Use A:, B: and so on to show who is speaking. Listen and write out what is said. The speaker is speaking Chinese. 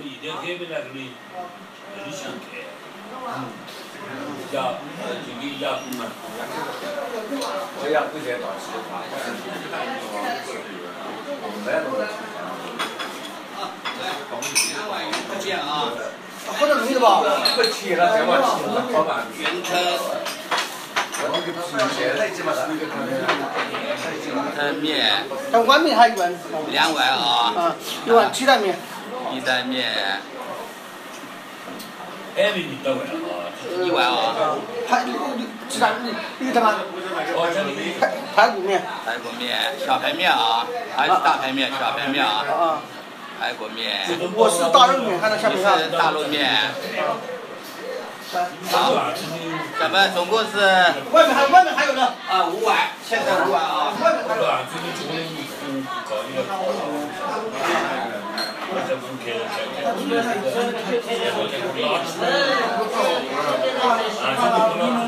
A: 力，连改变那个力，理想开，家呃这个家不嘛，
B: 我也不想当西瓜，我来弄
C: 不见啊，
D: 或者容易的吧？
B: 不提了，给我提了，好吧？
C: 原车
B: 我给他提钱，再鸡巴是个
C: 的面
D: 但哎碗面还有一碗，
C: 两碗啊，
D: 啊，一碗鸡蛋面，
C: 意大利面
A: 还没你到位啊，
C: 一碗啊，
D: 呃还鸡蛋那个什么
A: 哦这里
D: 排排骨面
C: 排骨面、小排面啊，还是大排面、小排面啊，
D: 啊，
C: 排骨面，
D: 我是大肉面，看到下
C: 你
D: 面
C: 是
D: 看，
C: 大肉面，
A: 好吧，这个
C: 咱们总共是
D: 外面还外面还有呢，
C: 啊五碗，现在五碗啊，
D: 外面还
A: 好
D: 有，
A: 吧，这个主任你嗯搞一个，我这不开了，开开，这个这个拉出来，啊这个不拉出